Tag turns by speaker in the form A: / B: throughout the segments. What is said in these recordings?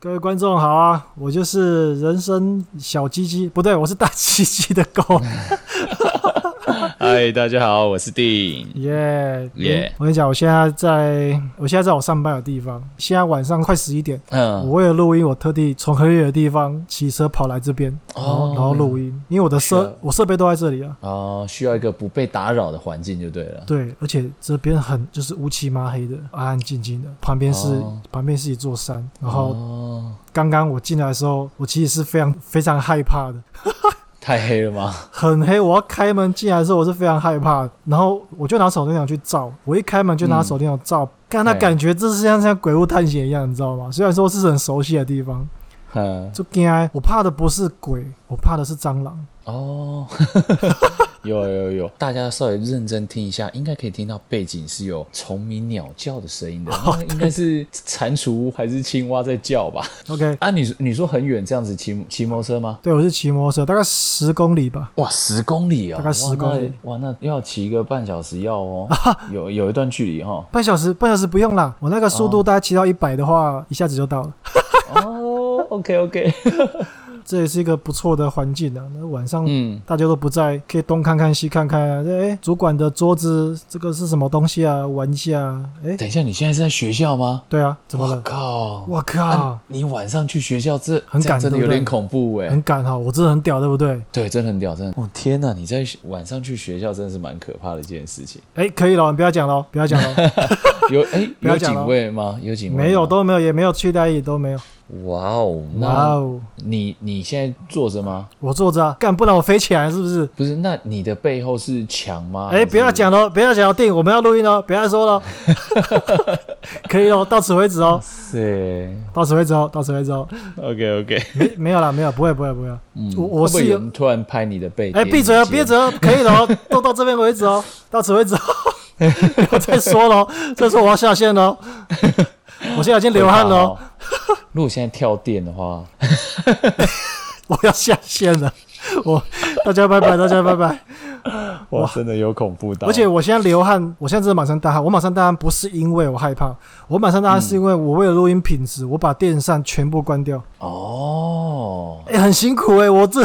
A: 各位观众好啊，我就是人生小鸡鸡，不对，我是大鸡鸡的 狗，
B: 嗨，大家好，我是丁。
A: 耶
B: Yeah
A: 我跟你讲，我现在在，我现在在我上班的地方，现在晚上快十一点，
B: 嗯，
A: 我为了录音，我特地从很远的地方骑车跑来这边，然后、
B: 哦
A: 然后录音，因为我的设
B: 是
A: 我设备都在这里啊。
B: 哦，需要一个不被打扰的环境就对了。
A: 对，而且这边很就是乌漆嘛黑的，安安静静的，旁边是、
B: 哦
A: 旁边是一座山，然后
B: 哦，
A: 刚刚我进来的时候，我其实是非常非常害怕的，
B: 太黑了吗？
A: 很黑，我要开门进来的时候，我是非常害怕的。然后我就拿手电筒去照，我一开门就拿手电筒照，看、那
B: 对
A: 感觉这是像像鬼屋探险一样，你知道吗？虽然说是很熟悉的地方，
B: 嗯，
A: 就惊，我怕的不是鬼，我怕的是蟑螂。
B: 哦， 有有有，大家稍微认真听一下，应该可以听到背景是有虫鸣鸟叫的声音的，那应该是蟾蜍还是青蛙在叫吧？
A: OK，
B: 啊，你你说很远这样子骑骑摩托车吗？
A: 对，我是骑摩托车，大概十公里吧。
B: 哇，十公里哦，
A: 大概10公里
B: 哇，那哇那要骑个半小时要 哦，有有一段距离哈、
A: 半小时，半小时不用啦，我那个速度大概骑到一百的话，一下子就到了。
B: 哦。OK OK，
A: 这也是一个不错的环境啊。那晚上
B: 嗯，
A: 大家都不在，可以东看看西看看啊。这哎，主管的桌子这个是什么东西啊？玩一下啊。哎，
B: 等一下，你现在是在学校吗？
A: 对啊，怎么
B: 我
A: 了？
B: 靠！
A: 我靠，
B: 你晚上去学校这
A: 很
B: 这样
A: 赶
B: 真的
A: 对
B: 有
A: 不对
B: 点恐怖哎、
A: 很敢哈，我真的很屌，对不对？
B: 对，真的很屌，真的。哦天哪，你在晚上去学校真的是蛮可怕的一件 事情。
A: 哎，可以了，你不要讲了，不要 讲了，
B: 有哎，
A: 不要
B: 有
A: 讲了
B: 警卫吗？有警卫吗
A: 没有，。都没有，也没有去代也都没有。
B: 哇哦，
A: 哇
B: 那
A: 哦，
B: 你你现在坐着吗？
A: 我坐着啊，干，不然我飞起来是不是？
B: 不是，那你的背后啊是墙吗？
A: 哎，不要讲了，不要讲了，定我们要录音了，不要再说 了，可以哦，到此为止哦，
B: 嗯是
A: 到此为止哦，到此为止哦。
B: OK OK，
A: 没没有啦，没有，不会不会不会。啊
B: 嗯，
A: 我我
B: 会不会
A: 是有
B: 有人突然拍你的背，
A: 哎，
B: 点
A: 闭
B: 你
A: 嘴啊，
B: 肩
A: 闭嘴啊，可以了哦，都到这边为止哦，到此为 止哦。我再说了哦，再说我要下线了哦，我现在已经流汗了哦，。
B: 如果现在跳电的话，
A: 我要下线了。 我大家拜拜，大家拜拜。
B: 哇，真的有恐怖到。
A: 而且我现在流汗，我现在真的满身大汗。我满身大汗不是因为我害怕，我满身大汗是因为我为了录音品质，我把电扇全部关掉。
B: 哦，
A: 哎、很辛苦哎、我这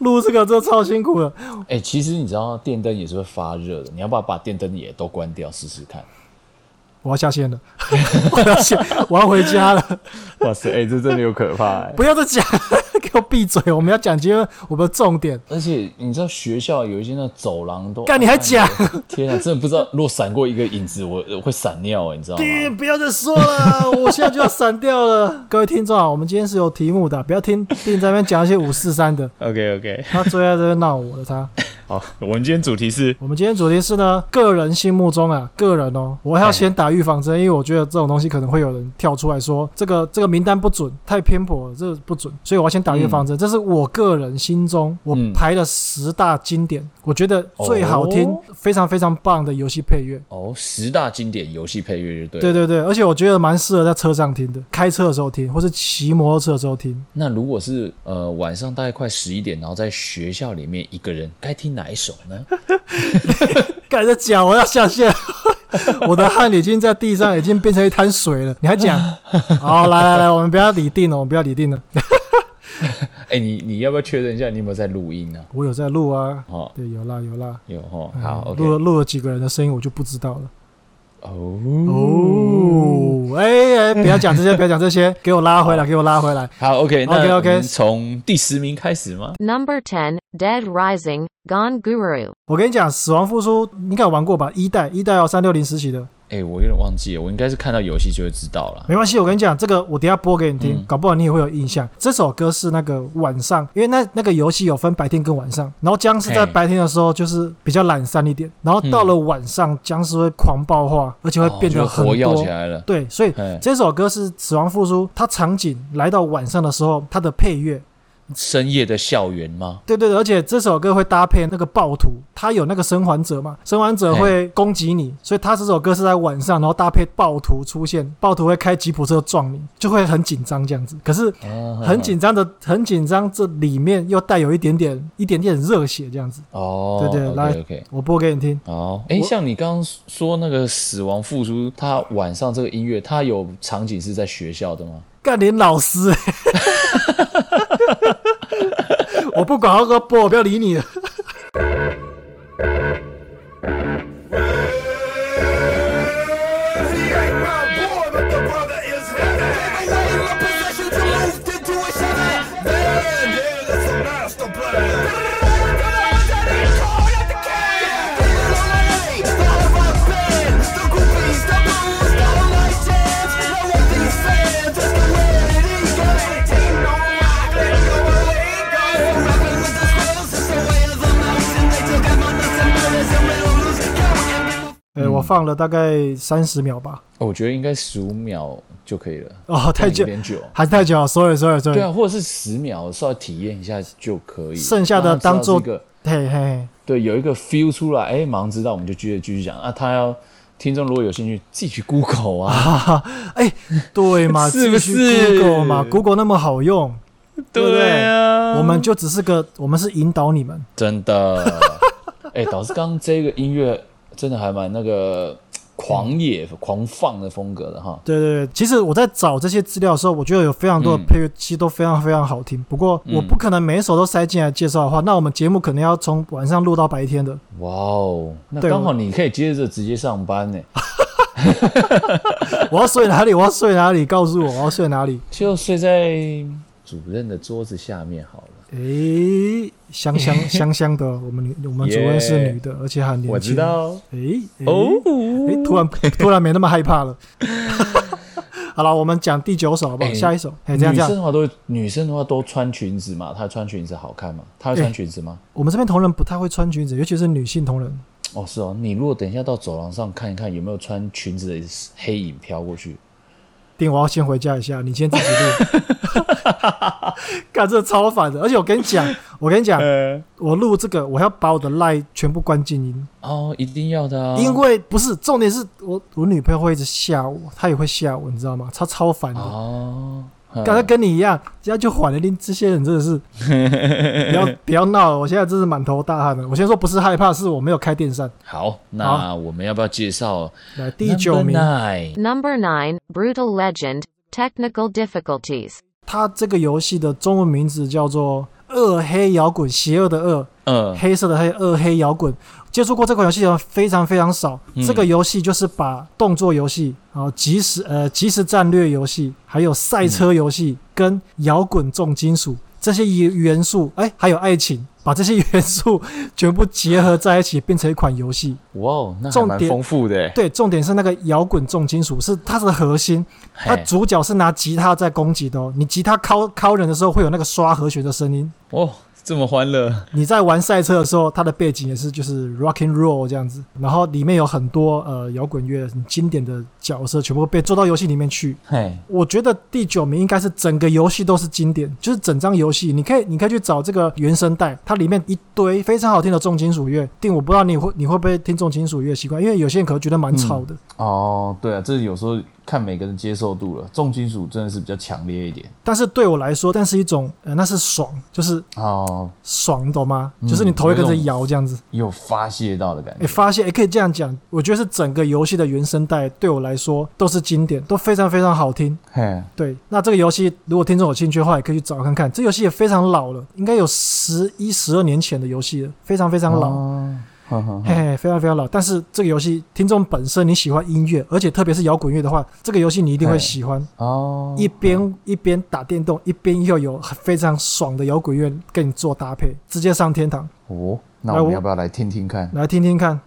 A: 录这个真的超辛苦的。
B: 哎、其实你知道电灯也是会发热的，你要不要把电灯也都关掉试试看？
A: 我要下线了， 我要下，我要回家了。
B: 哇塞，哎、这真的有可怕、欸
A: 不要再讲， 给我闭嘴！我们要讲今天我们的重点。
B: 而且你知道学校有一些那走廊都……
A: 干你还讲？
B: 天啊，真的不知道，如果闪过一个影子，我我会闪尿、哎，你知道吗？
A: 爹，不要再说了，我现在就要闪掉了。各位听众啊，我们今天是有题目的，不要听听在那边讲一些五四三的，
B: OK OK，
A: 他最爱在这边闹我的他。
B: 好，我们今天主题是
A: 我们今天主题是呢，个人心目中啊，个人哦，我还要先打预防针，因为我觉得这种东西可能会有人跳出来说，这个这个名单不准，太偏颇了，这个不准，所以我要先打预防针。这是我个人心中我
B: 嗯
A: 排的十大经典，我觉得最好听、
B: 哦
A: 非常非常棒的游戏配乐。
B: 哦十大经典游戏配乐，对了
A: 对对对，而且我觉得蛮适合在车上听的，开车的时候听，或是骑摩托车的时候听。
B: 那如果是呃晚上大概快十一点，然后在学校里面一个人，该听哪一首呢？
A: 赶着讲，我要下线，我的汗已经在地上已经变成一滩水了，你还讲？好，来来来，我们不要理定了，我们不要理定了，
B: 哎、你你要不要确认一下你有没有在录音呢、
A: 我有在录啊，
B: 哦，
A: 对，有啦有啦。
B: 有哦，好
A: 嗯
B: ，OK，
A: 录了录了几个人的声音，我就不知道了。
B: 哦，
A: 哦，哎哎，不要讲这些，不要讲这些，给我拉回来，给我拉回来。
B: 好，OK，那
A: OK，OK
B: 我们从第十名开始吗？
C: Number 10, Dead Rising, Gone Guru.
A: 我跟你讲，《死亡复苏》你应该有玩过吧？一代一代哦，三六零时期的，
B: 哎、我有点忘记了，我应该是看到游戏就会知道了。
A: 没关系，我跟你讲，这个我等一下播给你听，
B: 嗯
A: 搞不好你也会有印象。这首歌是那个晚上，因为那那个游戏有分白天跟晚上，然后僵尸在
B: 嘿
A: 白天的时候就是比较懒散一点，然后到了晚上，僵尸会狂暴化，而且会变得
B: 哦就
A: 很
B: 活跃
A: 多
B: 起。来了。
A: 对，所以
B: 嘿
A: 这首歌是《死亡复苏》，它场景来到晚上的时候，它的配乐，
B: 深夜的校园吗？
A: 对对，对而且这首歌会搭配那个暴徒，它有那个生还者嘛，生还者会攻击你，所以它这首歌是在晚上，然后搭配暴徒出现，暴徒会开吉普车撞你，就会很紧张这样子。可是
B: 啊
A: 很紧张的，很紧张，这里面又带有一点点一点点热血这样子。
B: 哦，
A: 对对来
B: o k OK。
A: 我播给你听，
B: 好，哎、
A: 我
B: 像你刚刚说那个死亡复苏，它晚上这个音乐，它有场景是在学校的吗？
A: 干你老师、欸！ 我不管浩哥播，我不要理你了。呃、
B: 嗯
A: 我放了大概三十秒吧。
B: 哦我觉得应该十五秒就可以了。
A: 哦，太久
B: 哎有，点久。
A: 还是太久了，sorry sorry
B: 对
A: sorry。
B: 啊，或者是十秒稍微体验一下就可以。
A: 剩下的
B: 让他知道
A: 当做
B: 是一个
A: 嘿嘿嘿，
B: 对，有一个 feel 出来，哎，马上知道，我们就接着继续讲啊。他要听众如果有兴趣，自己去 Google 啊。
A: 哈哈， 哎，对嘛，
B: 是不是
A: 自己去？Google 嘛，Google 那么好用，不
B: 对啊，
A: 我们就只是个，我们是引导你们。
B: 真的， 哎、导致刚刚这个音乐真的还蛮那个狂野、狂放的风格的哈。
A: 对对对，其实我在找这些资料的时候，我觉得有非常
B: 嗯
A: 多的配乐，其实都非常非常好听。不过我不可能每一首都塞进来介绍的话，那我们节目可能要从晚上录到白天的。
B: 哇哦，那
A: 对
B: 刚好你可以接着直接上班呢，
A: 我要睡哪里？我要睡哪里？告诉我，我要睡哪里？
B: 就睡在主任的桌子下面好了。
A: 诶，香 香香香的，我们女，我们主任是女的，而且还很年轻。
B: 我知。道
A: 诶，诶
B: 哦，
A: 诶，哎突然 突然没那么害 怕了。好了，我们讲第九首好不好？
B: 诶
A: 下一首。诶，哎
B: 哎女
A: 这样这
B: 生
A: 样，
B: 的话都女生的话都穿裙子嘛，她穿裙子好看吗？她会穿裙子吗？
A: 我们这边同仁不太会穿裙子，尤其是女性同仁。
B: 哦，是哦，你如果等一下到走廊上看一看有没有穿裙子的黑影飘过去，
A: 定我要先回家一下，你先自己 录。干这超烦的，而且我跟你 讲，我跟你讲，
B: 呃，
A: 我录这个，我要把我的 line 全部关静音，
B: 哦，一定要的、啊，
A: 因为不是重点是我我女朋友会一直吓我，她也会吓我，你知道吗？她超烦的，
B: 哦，
A: 刚才跟你一样，人家就缓了，你这些人真的是不要不要闹了，我现在真是满头大汗了。我先说不是害怕，是我没有开电扇。
B: 好，那
A: 好
B: 我们要不要介绍
A: 来第九
B: Number
A: 名，
B: Nine？
C: Number 9, Brutal Legend, Technical Difficulties.
A: 它这个游戏的中文名字叫做《恶黑摇滚》，邪恶的恶，
B: 嗯，
A: 黑色的黑二黑摇滚，接触过这款游戏的人非常非常少。
B: 嗯
A: 这个游戏就是把动作游戏，然后即时呃即时战略游戏，还有赛车游戏、跟摇滚重金属这些元元素，哎，还有爱情，把这些元素全部结合在一起，变成一款游戏。
B: 哇哦，那还
A: 重
B: 蛮
A: 点
B: 丰富的欸，
A: 对，重点是那个摇滚重金属是它的核心，它
B: 嘿
A: 主角是拿吉他在攻击的哦。你吉他敲敲人的时候会有那个刷和弦的声音。
B: 哦，这么欢乐，
A: 你在玩赛车的时候，它的背景也是就是 rock and roll 这样子，然后里面有很多呃摇滚乐很经典的角色，全部被做到游戏里面去。
B: 嘿，
A: 我觉得第九名应该是整个游戏都是经典，就是整张游戏，你可以你可以去找这个原声带，它里面一堆非常好听的重金属乐。定我不知道你会你会不会听重金属乐习惯，因为有些人可能觉得蛮吵的，
B: 哦，对啊，这有时候看每个人接受度了，重金属真的是比较强烈一点，
A: 但是对我来说，但是一种呃那是爽，就是
B: 哦，
A: 爽，你懂吗？就是你头会跟着
B: 有一种
A: 摇这样子。
B: 有发泄到的感
A: 哎、
B: 觉，
A: 发现哎、可以这样讲，我觉得是整个游戏的原声带对我来说都是经典，都非常非常好听。
B: 嘿，
A: 对，那这个游戏如果听众有兴趣的话，也可以去找看看。这游戏也非常老了，应该有十一、十二年前的游戏了，非常非常老。
B: 哦，呵呵
A: 嘿
B: 呵
A: 嘿，非常非常老，但是这个游戏听众本身你喜欢音乐，而且特别是摇滚乐的话，这个游戏你一定会
B: 嘿
A: 喜欢。
B: 哦，
A: 一边一边打电动，一边又有非常爽的摇滚乐跟你做搭配，直接上天堂。
B: 哦，那
A: 来
B: 我们
A: 我
B: 要不要来听听看？
A: 来听听看。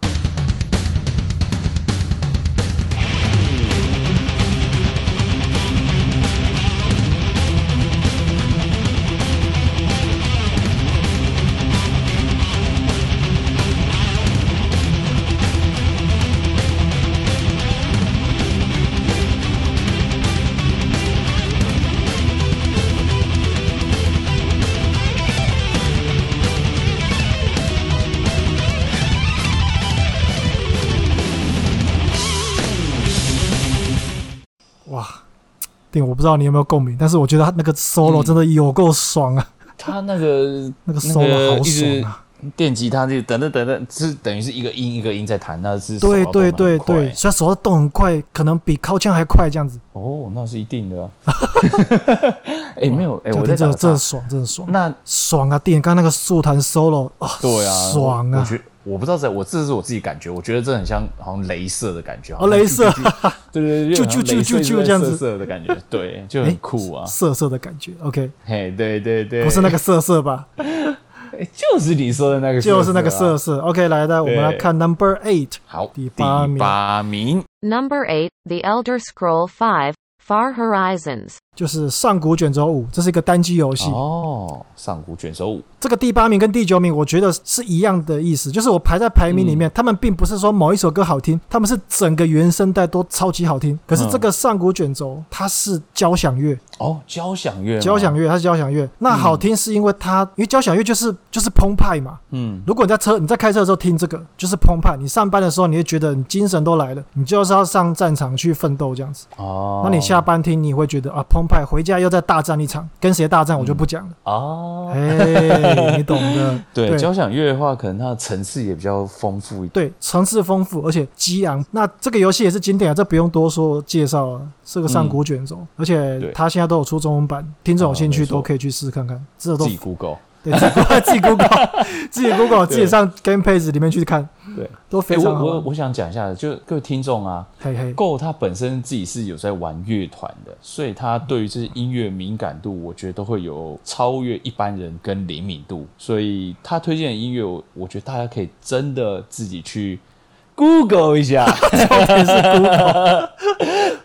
A: 哇，对，我不知道你有没有共鸣，但是我嗯觉得他那个 solo 真的有够爽啊，
B: 他那个
A: 那个
B: 那
A: solo
B: 个
A: 好
B: 一直
A: 爽啊！
B: 电吉他就等等等等，是等于是一个音一个音在弹，那是手
A: 对
B: 要动得
A: 对对
B: 很快
A: 对，所以他手要动很快，可能比靠枪还快这样子。
B: 哦，那是一 定的、啊。哎、没有，哎、
A: 这样
B: 我在
A: 听这
B: 打
A: 这
B: 岔
A: 很爽，这很爽，
B: 那
A: 爽啊！电刚刚那个速弹 solo 啊，
B: 对啊，
A: 爽
B: 我
A: 啊！
B: 觉我不知道在，我这是我自己感觉，我觉得这很像好像镭射的感觉，好
A: 哦
B: 像
A: 镭射
B: 啾， 啾啾对对
A: 啾
B: 对，就好像
A: 啾啾
B: 镭射
A: 啾啾这样子
B: 射射 的感觉，对，就很酷啊。
A: 涩涩的感觉，OK，
B: 嘿，对对对，
A: 不是那个涩涩 吧？
B: 哎，就是你说的那个色色啊，
A: 就是那个涩涩。OK，来的，我们来看 Number Eight，
B: 好，
A: 第
B: 第
A: 八名
B: 八名，
C: Number 8, The Elder Scroll 5, Far Horizons.
A: 就是上古卷轴五，这是一个单机游戏。
B: 哦，上古卷轴五，
A: 这个第八名跟第九名，我觉得是一样的意思，就是我排在排名里
B: 嗯
A: 面，他们并不是说某一首歌好听，他们是整个原声带都超级好
B: 嗯
A: 听。可是这个上古卷轴，它是交响乐，
B: 哦，交响乐，
A: 交响
B: 乐，
A: 乐它是交
B: 嗯
A: 响乐，那好听是因为它，因为交响乐就是就是澎湃嘛。
B: 嗯，
A: 如果你在车你在开车的时候听这个，就是澎湃；你上班的时候，你会觉得你精神都来了，你就是要上战场去奋斗这样子。
B: 哦，
A: 那你下班听，你会觉得啊澎湃，回家又再大战一场，跟谁大战我就不讲了。
B: 哦，
A: 哎，你懂的。
B: 对，
A: 对
B: 交响乐的话，可能它的层次也比较丰富一点。
A: 对，层次丰富，而且激昂。那这个游戏也是经典啊，这不用多说介绍了，是个上古卷轴，而且
B: 嗯对
A: 它现在都有出中文版，听众有
B: 啊
A: 兴趣
B: 没错
A: 都可以去试试看看。这都
B: 自己 Google，
A: 对自己自己 Google，自己 Google，自己
B: 对
A: 上 Game Page 里面去看，
B: 对，
A: 都
B: 哎、
A: 非常
B: 我
A: 好
B: 我
A: 玩。
B: 我想讲一下，就各位听众啊
A: 嘿嘿，
B: ，Go 他本身自己是有在玩乐团的，所以他对于这些音乐敏感度，我觉得都会有超越一般人跟灵敏度，所以他推荐的音乐，我我觉得大家可以真的自己去 Google 一 下。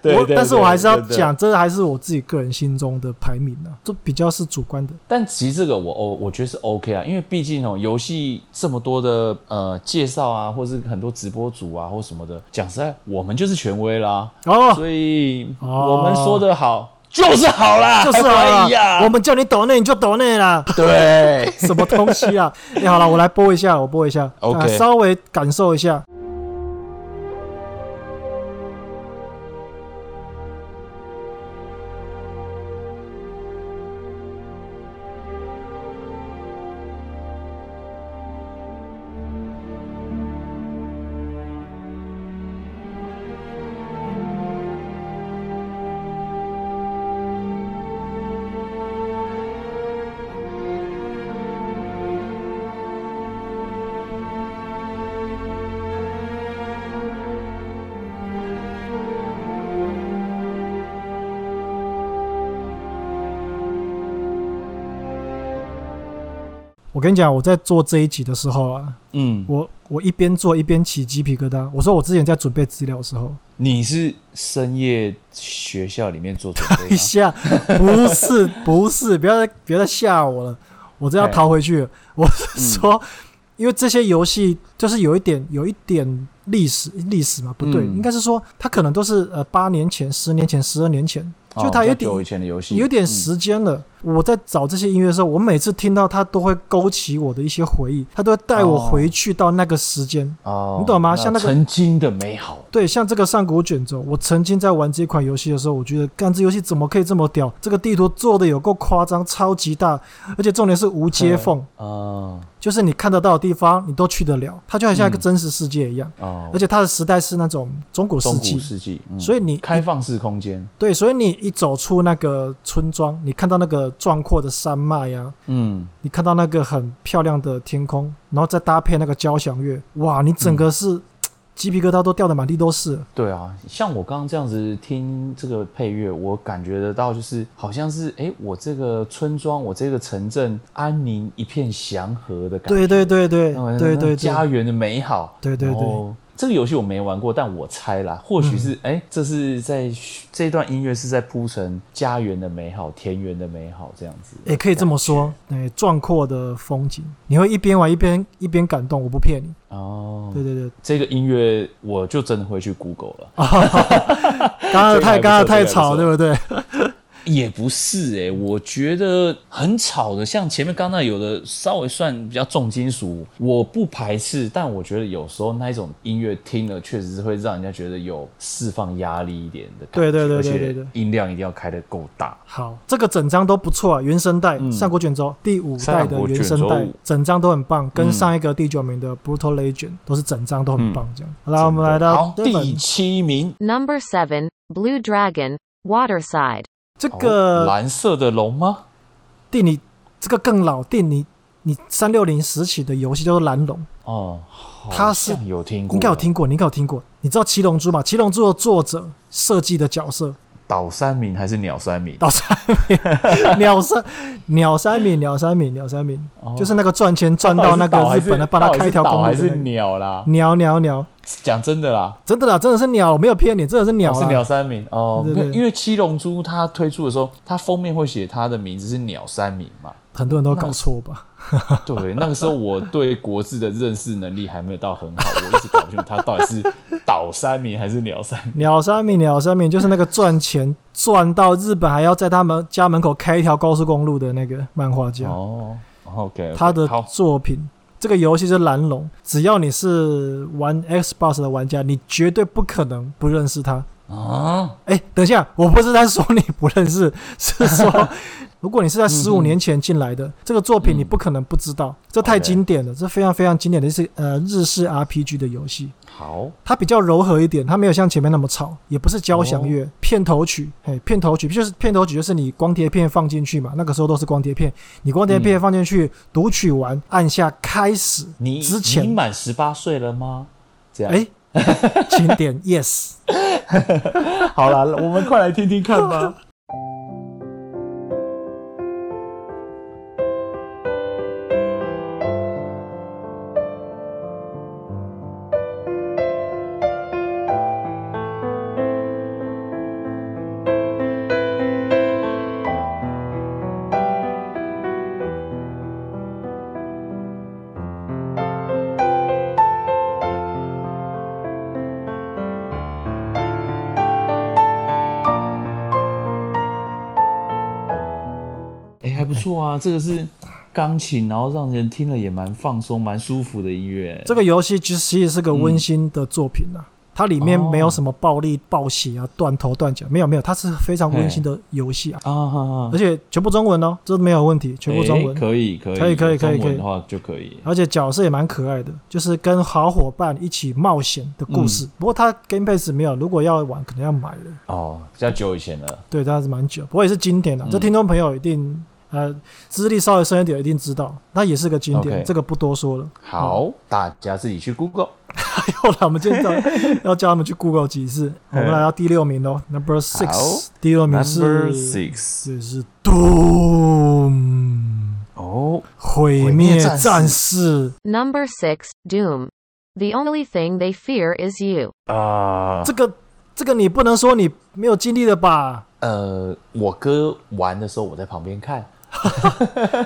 B: 对
A: 我
B: 对
A: 但是我
B: 对
A: 还是要
B: 对对
A: 讲，这还是我自己个人心中的排名呢、啊，这比较是主观的。
B: 但其实这个我我我觉得是 OK 啊，因为毕竟哦，游戏这么多的呃介绍啊，或是很多直播主啊或什么的，讲实在，我们就是权威啦，
A: 哦，
B: 所以
A: 哦
B: 我们说的好就是好啦，
A: 就是啊
B: 可以哎呀，
A: 我们叫你抖内你就抖内 啦，
B: 对
A: 什么东西啊？哎、好了，我来播一下，我播一下
B: OK
A: 啊稍微感受一下。我跟你讲，我在做这一集的时候啊，
B: 嗯，
A: 我我一边做一边起鸡皮疙瘩。我说我之前在准备资料的时候，
B: 你是深夜学校里面做准备
A: 一
B: 吗？
A: 下不 是不是，不要再不要再吓我了，我真要
B: 哎嗯
A: 逃回去了。我是说，因为这些游戏就是有一点有一点历史历史嘛，不对，
B: 嗯
A: 应该是说它可能都是呃八年前、十年前、十二年前，就
B: 哦
A: 它有
B: 比较
A: 点
B: 久以前的游戏，
A: 有点
B: 嗯
A: 时间了。我在找这些音乐的时候，我每次听到它都会勾起我的一些回忆，它都会带我
B: 哦
A: 回去到那个时间。
B: 哦，
A: 你懂吗像那个
B: 曾经的美好，
A: 对，像这个上古卷轴，我曾经在玩这款游戏的时候，我觉得干这游戏怎么可以这么屌？这个地图做的有够夸张，超级大，而且重点是无接缝，
B: 哦
A: 就是你看得到的地方你都去得了，它就很
B: 嗯
A: 像一个真实世界一样。
B: 哦，
A: 而且它的时代是那种中古世
B: 中
A: 纪
B: 古，世纪，嗯
A: 所以你
B: 开放式空间，
A: 对，所以你一走出那个村庄，你看到那个壮阔的山脉呀、
B: 嗯，
A: 你看到那个很漂亮的天空，然后再搭配那个交响乐，哇，你
B: 嗯
A: 整个是鸡皮疙瘩都掉的满地都是。
B: 对啊，像我刚刚这样子听这个配乐，我感觉得到，就是好像是哎、诶我这个村庄，我这个城镇安宁一片祥和的感
A: 对
B: 觉。
A: 对对对
B: 那种
A: 对对
B: 那种
A: 对，
B: 家园的美好。
A: 对嗯对对
B: 然后。这个游戏我没玩过，但我猜啦，或许是哎、诶这是在这段音乐是在铺陈家园的美好、田园的美好这样子。
A: 也可以这么说，哎，壮阔的风景，你会一边玩一边一边感动，我不骗你。
B: 哦，
A: 对对 对，
B: 这个音乐我就真的会去 Google 了。
A: 刚刚
B: 这
A: 的太刚刚的
B: 个还不错
A: 太
B: 这个还不
A: 吵，
B: 错
A: 对不对？
B: 也不是哎、我觉得很吵的，像前面刚刚那有的稍微算比较重金属，我不排斥，但我觉得有时候那一种音乐听了确实是会让人家觉得有释放压力一点的感
A: 对
B: 觉，
A: 对对
B: 而
A: 对
B: 且
A: 对对
B: 音量一定要开得够大。
A: 好，这个整张都不错啊，原声带《上古卷轴》第五代的原
B: 嗯上
A: 声
B: 古
A: 带
B: 卷轴，
A: 整张都很棒，跟
B: 嗯
A: 上一个第九名的《Brutal Legend》都是整张都很棒。这样，好了，我们来
B: 好
A: 到，日
B: 第
A: 本，
B: 七名，
C: Number 7, Blue Dragon, Waterside.
A: 这
B: 哦
A: 个
B: 蓝色的龙吗？
A: 定你这个更老定你你三六零时期的游戏就是蓝龙，
B: 哦，好
A: 它是
B: 像有听过，
A: 应该有听过，你应该有听过。你知道七龙珠吗？七龙珠的作者设计的角色
B: 岛三明还是鸟三明？
A: 岛三 明，鸟山鸟山明，鸟山明，鸟山明，就是那个赚钱赚到那
B: 底是岛
A: 个
B: 还
A: 日
B: 是
A: 本的，帮他开一条公
B: 哦到
A: 路
B: 底
A: 的
B: 是岛还是
A: 那个
B: 鸟啦？
A: 鸟鸟鸟。
B: 讲真的啦，
A: 真的啦，真的是鸟，我没有骗你，真的是鸟
B: 我
A: 啦。
B: 是鸟三明哦，
A: 对
B: 没
A: 哦对
B: 有因为七龙珠它推出的时候，它封面会写它的名字是鸟三明 嘛，
A: 很多人都搞错吧？
B: 对，那个时候我对国字的认识能力还没有到很好，我一直搞不清楚它到底是岛三明还是鸟三明。
A: 鸟山明，鸟山明就是那个赚钱赚到日本还要在他们家门口开一条高速公路的那个漫画家，
B: 哦，OK，
A: 他嗯的
B: 好，
A: 作品。这个游戏是蓝龙，只要你是玩 Xbox 的玩家，你绝对不可能不认识他。
B: 啊，
A: 哎，等一下，我不是在说你不认识，是 说如果你是在十五年前进来
B: 嗯
A: 的这个作品，你不可能不知道，这太
B: OK
A: 经典了，这非常非常经典的是呃日式 RPG 的游戏。
B: 好，
A: 它比较柔和一点，它没有像前面那么吵，也不是交响
B: 哦
A: 乐、片头曲，嘿，片头曲就是片头曲，就是你光碟片放进去嘛，那个时候都是光碟片，你光碟片放进去，读取完按下开始，
B: 嗯你
A: 之
B: 你
A: 前，
B: 满十八岁了吗？这样，
A: 哎，请点 yes，
B: 好啦，我们快来听听看吧。 哎、还不错啊，这个是钢琴，然后让人听了也蛮放松、蛮舒服的音乐。
A: 这个游戏其实其实是
B: 嗯
A: 个温馨的作品啊。它里面没有什么暴力、暴血啊、断头断脚，没有没有，它是非常温馨的游戏啊，
B: 啊哈哈
A: 而，且全部中文哦，这没有问题，全部中文。
B: 哎可以可以
A: 可以可以可以
B: 中
A: 可
B: 文
A: 以
B: 的话就可以。
A: 而且角色也蛮可爱的，就是跟好伙伴一起冒险的故
B: 嗯
A: 事。不过它 Game Pass 没有，如果要玩，可能要买了。
B: 哦，比较久以前了。
A: 对，它还是蛮久，不过也是经典的、啊
B: 嗯
A: 这听众朋友一定呃资历稍微深一点，一定知道，它也是个经典
B: OK
A: 这个不多说了。
B: 好，大家自己去 Google。
A: 后来我们今 天要要叫他们去 Google 几次。我们来到第六名喽，Number
B: 好
A: Six，第六名是
B: Number six，
A: 这是 Doom
B: 哦，
A: 毁
B: 毁
A: 灭
B: 灭战士
A: 战士。
C: Number 6, Doom. The only thing they fear is you.
B: 啊、
A: 这个这个你不能说你没有经历的吧？
B: 呃，我哥玩的时候我在旁边看，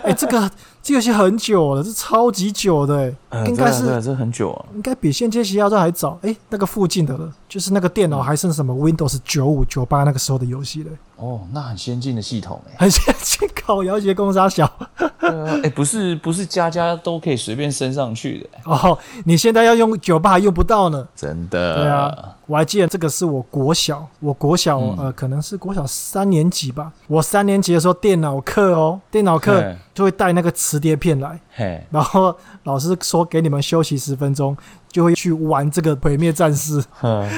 A: 哎、这个这游戏很久了，这超级久的、欸，
B: 呃
A: 应该
B: 真的真
A: 是
B: 的这很久啊。
A: 应该比《仙剑奇侠传》还早。哎、那个附近的了，就是那个电
B: 嗯
A: 脑还剩什么 Windows 九五九八那个时候的游戏了、
B: 哦，那很先进的系统哎、
A: 很先进，搞摇鞋攻杀啊小。
B: 对 啊哎、不是不是家家都可以随便升上去的、欸
A: 哦，你现在要用九八还用不到呢。
B: 真
A: 对
B: 的。
A: 啊，我还记得这个是我国小，我国小、
B: 呃嗯
A: 呃，可能是国小三年级吧。我三年级的时候，电脑课哦，电脑课
B: 嘿
A: 就会带那个磁碟片来，
B: 嘿，
A: 然后老师说给你们休息十分钟，就会去玩这个毁灭战 士。
B: 哼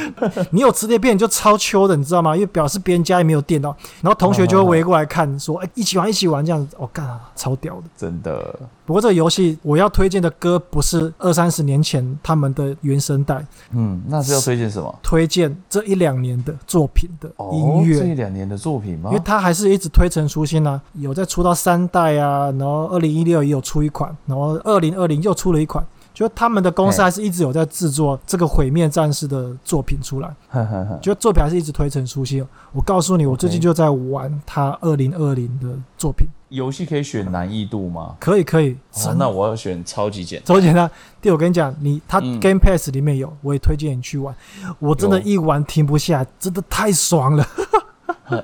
A: 你有磁碟片你就超秋的，你知道吗？因为表示别人家也没有电脑，然后同学就会围过来看，说：“哎、一起玩，一起玩。”这样子，我、哦、干、啊，超屌的。
B: 真的。
A: 不过这个游戏我要推荐的歌不是二三十年前他们的原声带，
B: 嗯，那是要推荐什么？
A: 推荐这一两年的作品的音
B: 哦、这
A: 乐。
B: 两年啊的作品吗
A: 因为？它还是一直推陈出新啊，有在出到三代啊，然后二零一六也有出一款，然后二零二零又出了一款，就他们的公司
B: 嘿
A: 还是一直有在制作这个毁灭战士的作品出来。
B: 哼哼哼
A: 就作品还是一直推陈出新。哦我告诉你，我最近就在玩他二零二零的作品，
B: 游戏可以选难易度吗？
A: 可以可以，
B: 哦
A: 神，
B: 那我要选超级简单。
A: 超简单。第我跟你讲，你他
B: 嗯
A: Game Pass 里面有，我也推荐你去玩。我真的，
B: 有
A: 一玩停不下，真的太爽了。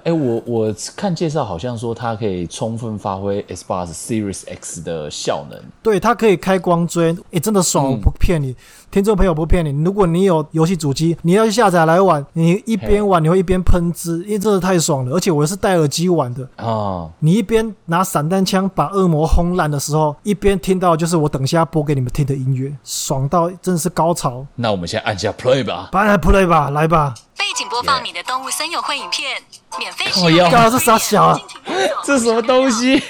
B: 哎、我我看介绍好像说它可以充分发挥 Xbox Series X 的效能。
A: 对，它可以开光追，诶，真的爽，
B: 嗯
A: 我不骗你，听众朋友不骗你。如果你有游戏主机，你要去下载来玩，你一边玩你会一边喷汁，因为真的太爽了。而且我是戴耳机玩的，
B: 啊、
A: 你一边拿散弹枪把恶魔轰烂的时候，一边听到就是我等一下播给你们听的音乐，爽到真的是高潮。
B: 那我们先按下 Play 吧。
A: 把来 play 吧，来吧，
D: 背景播放你的动物森友会影片，免费
B: 靠
D: 试
B: 腰
D: 用。
A: 干嘛这傻小啊
D: 尽情摸索
B: 这什么东？西？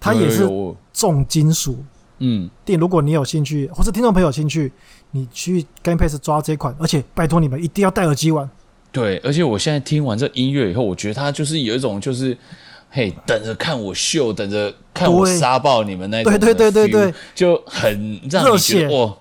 A: 它也
B: 有
A: 是
B: 有有
A: 重金属
B: 嗯，
A: 电影。如果你有兴趣，或是听众朋友有兴趣，你去 Game Pass 抓这款，而且拜托你们一定要戴耳机玩。
B: 对，而且我现在听完这音乐以后，我觉得它就是有一种就是，嘿，等着看我秀，等着看我
A: 对
B: 杀爆你们那种
A: 对
B: 的 feel，
A: 对对对对
B: 就很让
A: 热
B: 你觉
A: 血
B: 得哦，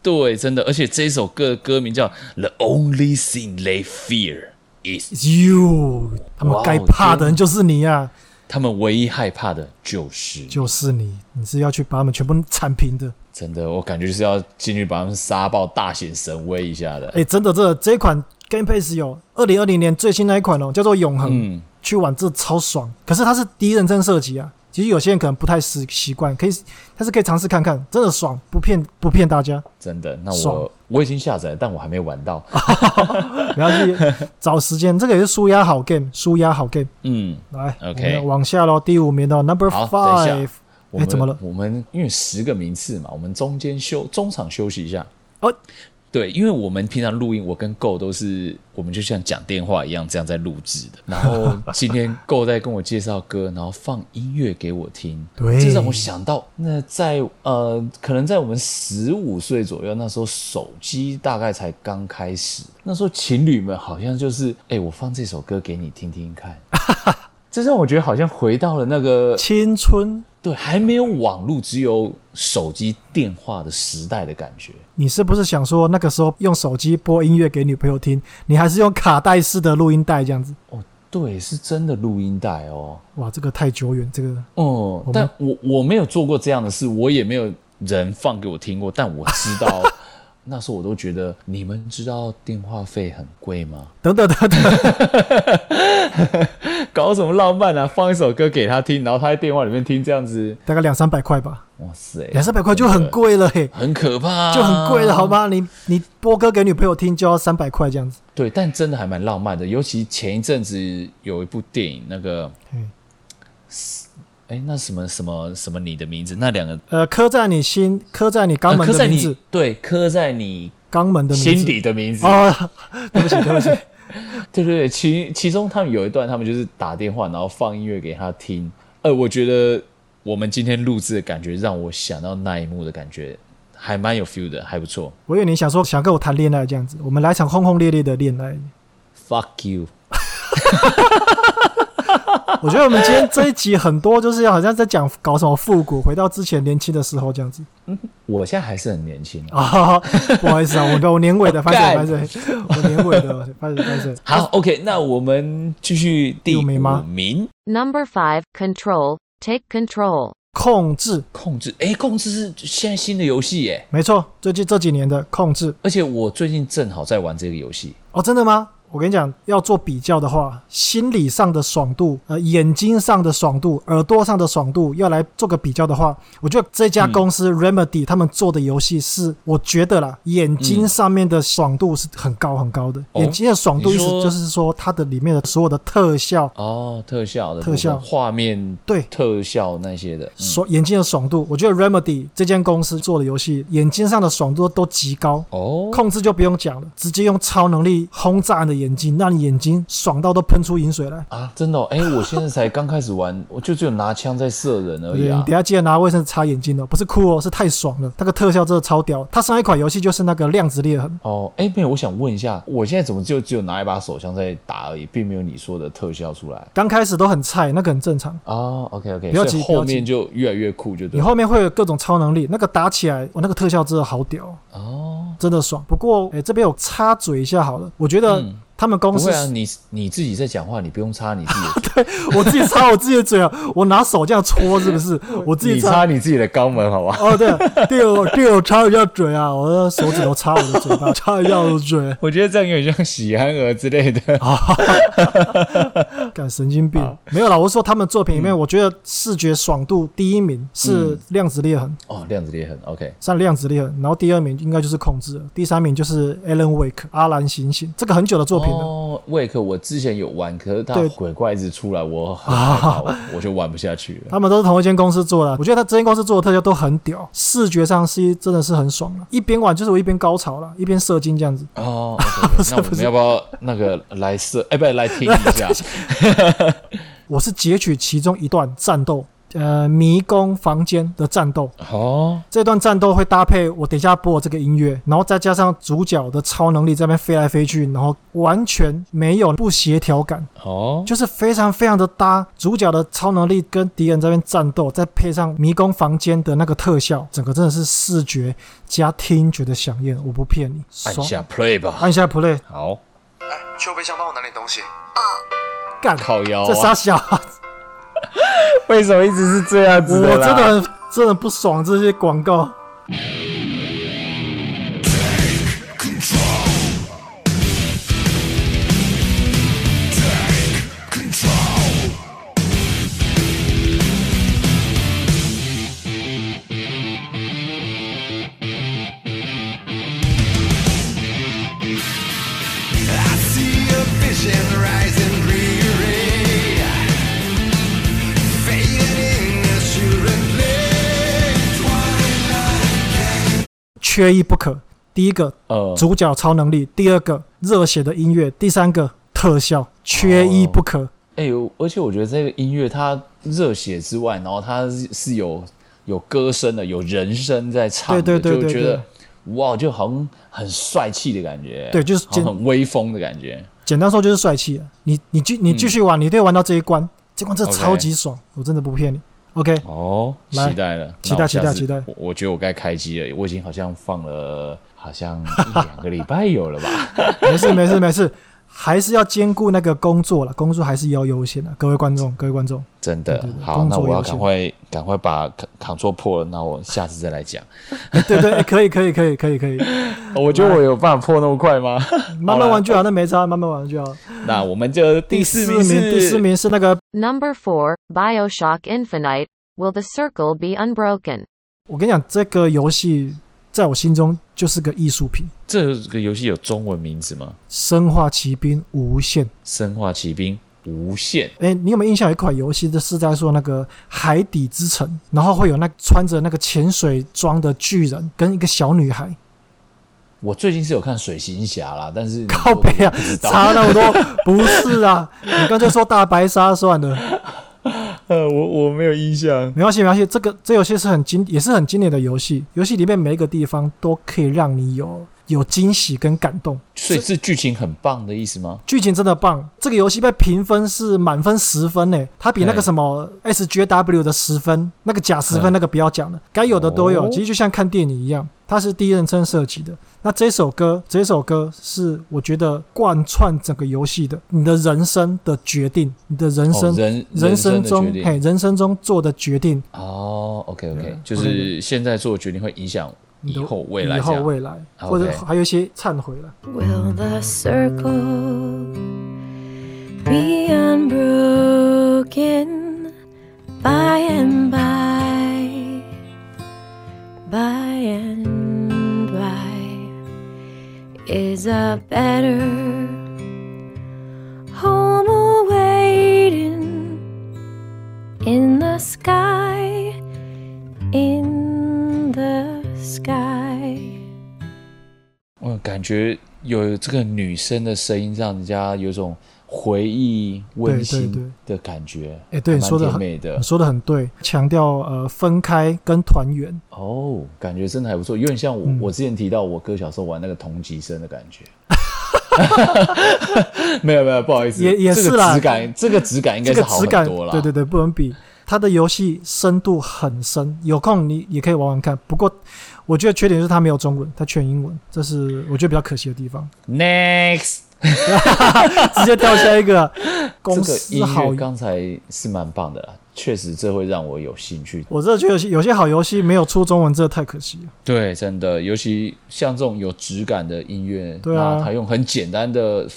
B: 对，真的，而且这一首歌歌名叫《The Only Thing They Fear Is》，
A: You，他们
B: 哇哦
A: 该怕的人就是你啊，
B: 他们唯一害怕的就是，
A: 就是你，你是要去把他们全部铲平的。
B: 真的，我感觉是要进去把他们杀爆，大显神威一下的。
A: 哎，真的，真的，这一款 Game Pass 有二零二零年最新那一款哦，叫做《永恒》，
B: 嗯，
A: 去玩这超爽。可是它是第一人称射击啊，其实有些人可能不太习习惯，可以，但是可以尝试看看，真的爽，不骗不骗大家。
B: 真的，那
A: 爽啊
B: 我我已经下载了，但我还没玩到。
A: 不要去找时 间，这个也是舒压好 game，舒压好 game。
B: 嗯，
A: 来
B: OK
A: 我们往下喽，第五名的哦 Number
B: 好等一
A: Five
B: 下。我
A: 哎
B: 们
A: 怎么了
B: 我们因为十个名次嘛，我们中间休中场休息一下。
A: 哦，
B: 对，因为我们平常录音，我跟 Go 都是我们就像讲电话一样这样在录制的。然后今天 Go 在跟我介绍歌，然后放音乐给我听，
A: 对
B: 这让我想到，那在呃，可能在我们十五岁左右，那时候手机大概才刚开始，那时候情侣们好像就是，哎、我放这首歌给你听听看， 这让我觉得好像回到了那个
A: 青春，
B: 对，还没有网络，只有手机电话的时代的感觉。
A: 你是不是想说那个时候用手机播音乐给女朋友听，你还是用卡带式的录音带这样子？
B: 哦，对，是真的录音带哦。
A: 哇，这个太久远，这个
B: 哦、
A: 们
B: 但我我没有做过这样的事，我也没有人放给我听过，但我知 道，那时候我都觉得，你们知道电话费很贵吗？
A: 等等等等，
B: 搞什么浪漫啊？放一首歌给他听，然后他在电话里面听，这样子，
A: 大概两三百块吧，
B: 哇塞，
A: 两三百块就很贵了 嘿，
B: 很可怕、啊
A: 就很贵了好？
B: 嗯
A: 吗？你你播歌给女朋友听就要三百块这样子，
B: 对，但真的还蛮浪漫的，尤其前一阵子有一部电影，那个
A: 嗯，
B: 哎，那什么什么什么你的名字，那两个
A: 呃，刻在你心，刻在你肛
B: 呃
A: 门
B: 刻在
A: 的名
B: 你
A: 字，
B: 对，刻在你
A: 肛门的名字，
B: 心底的名字。
A: 哦，对不起对不起，
B: 对对对，其其中他们有一段，他们就是打电话，然后放音乐给他听。呃，我觉得我们今天录制的感觉，让我想到那一幕的感觉，还蛮有 feel 的，还不错。
A: 我以为你想说想跟我谈恋爱这样子，我们来场轰轰烈烈的恋爱。
B: Fuck you！
A: 我觉得我们今天这一集很多就是好像在讲搞什么复古，回到之前年轻的时候这样子
B: 我现在还是很年轻啊。
A: 啊。 不好意思啊，我我年尾的，
B: 我
A: 反正反
B: 哦干
A: 正我年尾的，反正反正。
B: 好，OK，那我们继续第
A: 第五
B: 五
A: 名吗
B: 名
C: Number 5, Control, Take Control.
A: 控制，
B: 控制。哎，控制是现在新的游戏耶，
A: 没错，最近这几年的控制。
B: 而且我最近正好在玩这个游戏。
A: 哦，真的吗？我跟你讲，要做比较的话，心理上的爽度、呃，眼睛上的爽度、耳朵上的爽度，要来做个比较的话，我觉得这家公
B: 嗯
A: 司 Remedy 他们做的游戏是，我觉得啦，眼睛上面的爽度是很高很高的。
B: 哦
A: 眼睛的爽度意
B: 你
A: 思
B: 说
A: 就是说，它的里面的所有的特效，
B: 哦，特效的
A: 特效
B: 部分画面
A: 对
B: 特效那些的，嗯、
A: 爽眼睛的爽度，我觉得 Remedy 这间公司做的游戏，眼睛上的爽度都极高。
B: 哦，
A: 控制就不用讲了，直接用超能力轰炸你的眼睛，让你眼睛爽到都喷出银水来。
B: 啊，真的、哦，哎、我现在才刚开始玩， 我就只有拿枪在射人而已
A: 对，你
B: 啊
A: 等。下记得拿卫生纸擦眼睛哦，不是哭哦，是太爽了，那个特效真的超屌。它上一款游戏就是那个量子裂痕，
B: 哦，哎、没有，我想问一下，我现在怎么就只有拿一把手枪在打而已，并没有你说的特效出来
A: 刚开始都很菜，那个很正常。
B: 哦 OK OK，
A: 不要
B: 所
A: 急
B: 以
A: 不要
B: 后面
A: 急
B: 就越来越酷，就对
A: 你
B: 了。
A: 后面会有各种超能力，那个打起来，我那个特效真的好屌哦，
B: 哦，
A: 真的爽。不过，哎、这边我插嘴一下好了，我觉得
B: 嗯
A: 他们公
B: 不
A: 司
B: 会啊，你你自己在讲话，你不用插你自己的，
A: 我自己擦我自己的嘴啊，我拿手这样戳是不 是？我 自己
B: 你
A: 擦。
B: 插你自己的肛门，好吧？
A: 哦，对，队友 队友插一下嘴啊，我的手指头插我的嘴巴， 插一下我的嘴，
B: 我觉得这样有点像喜憨儿之类的。
A: 干神经病。没有啦，我是说他们作品里
B: 嗯
A: 面，我觉得视觉爽度第一名是《量子裂痕》，
B: 哦，量子裂痕，OK，
A: 像《量子裂痕》，然后第二名应该就是《控制》了，第三名就是《Alan Wake》阿兰醒醒，这个很久的作品了。
B: 哦，Wake 我之前有玩，可是它
A: 对
B: 鬼怪一直出 来，我很害怕，我我就玩不下去了。
A: 他们都是同一间公司做的，我觉得他这间公司做的特效都很屌，视觉上是真的是很爽了。一边玩就是我一边高潮了，一边射精这样子。
B: 哦 o k 那我们要不要那个来射？哎，不来听 一下
A: 我是截取其中一段战斗，呃，迷宫房间的战斗。
B: 哦。
A: 这段战斗会搭配我等一下播的这个音乐，然后再加上主角的超能力在那边飞来飞去，然后完全没有不协调感，
B: 哦，
A: 就是非常非常的搭。主角的超能力跟敌人这边战斗，再配上迷宫房间的那个特效，整个真的是视觉加听觉的响应，我不骗你。
B: 按
A: 爽啊
B: 下 play 吧。
A: 按下 play，
B: 好，
E: 哎，去后备箱帮我拿点东西。
A: 干。
B: 靠腰、
A: 这傻
B: 啊。
A: 小，
B: 为什么一直是这样
A: 我
B: 子
A: 真
B: 啦
A: 的很真的不爽这些广告。
F: I see a vision rising dreary, fading in the shooting blade.
A: 缺一不可。第一个
B: 呃，
A: 主角超能力，第二个热血的音乐，第三个特效，缺一不可。
B: 哎、呦，而且我觉得这个音乐它热血之外，然后它是是有有歌声的，有人声在唱的，
A: 对对对对
B: 就觉得哇，就好像很帅气的感觉，
A: 对就是
B: 好
A: 简
B: 像很威风的感觉。
A: 简单说就是帅气啊。你你继你继续玩，你对玩到这一关，这关真的
B: 嗯 OK
A: 超级爽，我真的不骗你。OK，
B: 哦，
A: 来
B: 期待了，
A: 期待
B: 那我下
A: 期
B: 次
A: 待期待
B: 我我觉得我该开机了，我已经好像放了 好像一两个礼拜有了吧？
A: 没事没事没事，还是要兼顾那个工作了，工作还是要优先的。各位观 众，各位观众，
B: 真的
A: 对对对
B: 好，
A: 工
B: 那
A: 作
B: 我要
A: 优先
B: 赶快赶快把 Ctrl 破了，那我下次再来 讲。哦
A: 对对，哎可以可以可以可以可以，
B: 我觉得我有办法破那么 快吗？
A: 慢慢玩就好，那没差，慢慢玩就好。
B: 那我们就第四名
A: 名，
B: 是，
A: 第四名是那个
C: Number 4, Bioshock Infinite. Will the circle be unbroken?
A: 我跟你讲，这个游戏在我心中就是个艺术品，《
B: 这个游戏有中文名字吗？
A: 生化奇兵无限》。
B: 《生化奇兵：无限》
A: 哎，你有没有印象有一款游戏，这是在说那个海底之城，然后会有那穿着那个潜水装的巨人跟一个小女孩，
B: 我最近是有看《水行侠》啦，但是
A: 靠北啊
B: 我不知，道
A: 差那么多，不是啊，你刚才说大白鲨算了，
B: 呃， 我我没有印象。
A: 没关系没关系，这个这游戏是很经也是很经典的游戏，游戏里面每一个地方都可以让你有有惊喜跟感动，
B: 所以是剧情很棒的意思吗？
A: 剧情真的棒，这个游戏被评分是满分十分呢，它比那个
B: 嘿
A: 什么 SJW 的十分，那个假十分
B: 嗯
A: 那个不要讲了，该有的都有。
B: 哦
A: 其实就像看电影一样，它是第一人称设计的。那这首歌，这首歌是我觉得贯穿整个游戏的，你的人生的决定，你的人生、
B: 哦人
A: 人
B: 生
A: 生
B: 的
A: 中
B: 决定
A: 嘿人生中做的决定，
B: 哦，OK
A: 对
B: OK，
A: 啊
B: 就
A: 我
B: 是
A: 的
B: 现在做的决定会影响
A: 你
B: 以
A: 的
B: 后未来
A: 以
B: 这
A: 后
B: 样。
A: 未来，
B: 啊
A: 或者
B: OK
A: 还有一些忏悔了。
G: Will the circle be unbroken by and by? By and by is a better home awaiting in the sky, in the sky.
B: 嗯，呃，感觉有这个女生的声音，让人家有种回忆温
A: 对对
B: 馨的感觉。
A: 哎对
B: 还
A: 你
B: 蛮
A: 说得
B: 甜
A: 很
B: 美的
A: 你说的很对，强调呃分开跟团圆。
B: 哦，感觉真的还不错，有点像我、
A: 嗯
B: 我之前提到我哥小时候玩那个同级生的感觉。 没有没有，不好意思，
A: 也也是
B: 这
A: 啦
B: 个质感，这个质感应该
A: 这
B: 是
A: 个
B: 好
A: 质
B: 很
A: 感
B: 多啦。，
A: 对对对，不能比。它的游戏深度很深，有空你也可以玩玩看。不过，我觉得缺点就是它没有中文，它全英文，这是我觉得比较可惜的地方。
B: Next，
A: 直接跳下一个
B: 这
A: 公
B: 个
A: 司
B: 音
A: 好
B: 乐，刚才是蛮棒的啦，确实这会让我有兴趣。
A: 我真的觉得有些有些好游戏没有出中文，真的太可惜了。
B: 对，真的，尤其像这种有质感的音乐，
A: 对啊
B: 那它用很简单的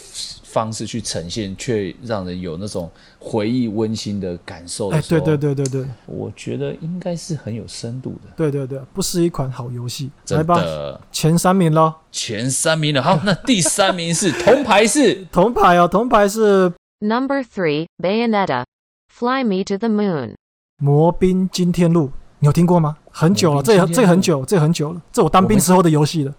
B: 方式去呈现，却让人有那种回忆温馨的感受
A: 哎、
B: 的时
A: 对
B: 候。
A: 对，对对对
B: 我觉得应该是很有深度的。
A: 对对对，不是一款好游戏。来
B: 真
A: 吧，
B: 的，
A: 前三名喽，
B: 前三名了。好， 那第三名是铜牌是
A: 铜牌哦，铜牌是《
C: Number 3, Bayonetta. Fly Me to the Moon.
A: 魔兵惊天录》，你有听过吗？很久了，
B: 魔兵
A: 这也
B: 惊天
A: 这也
B: 录
A: 很久，这也很久了，这我当兵时候的游戏了。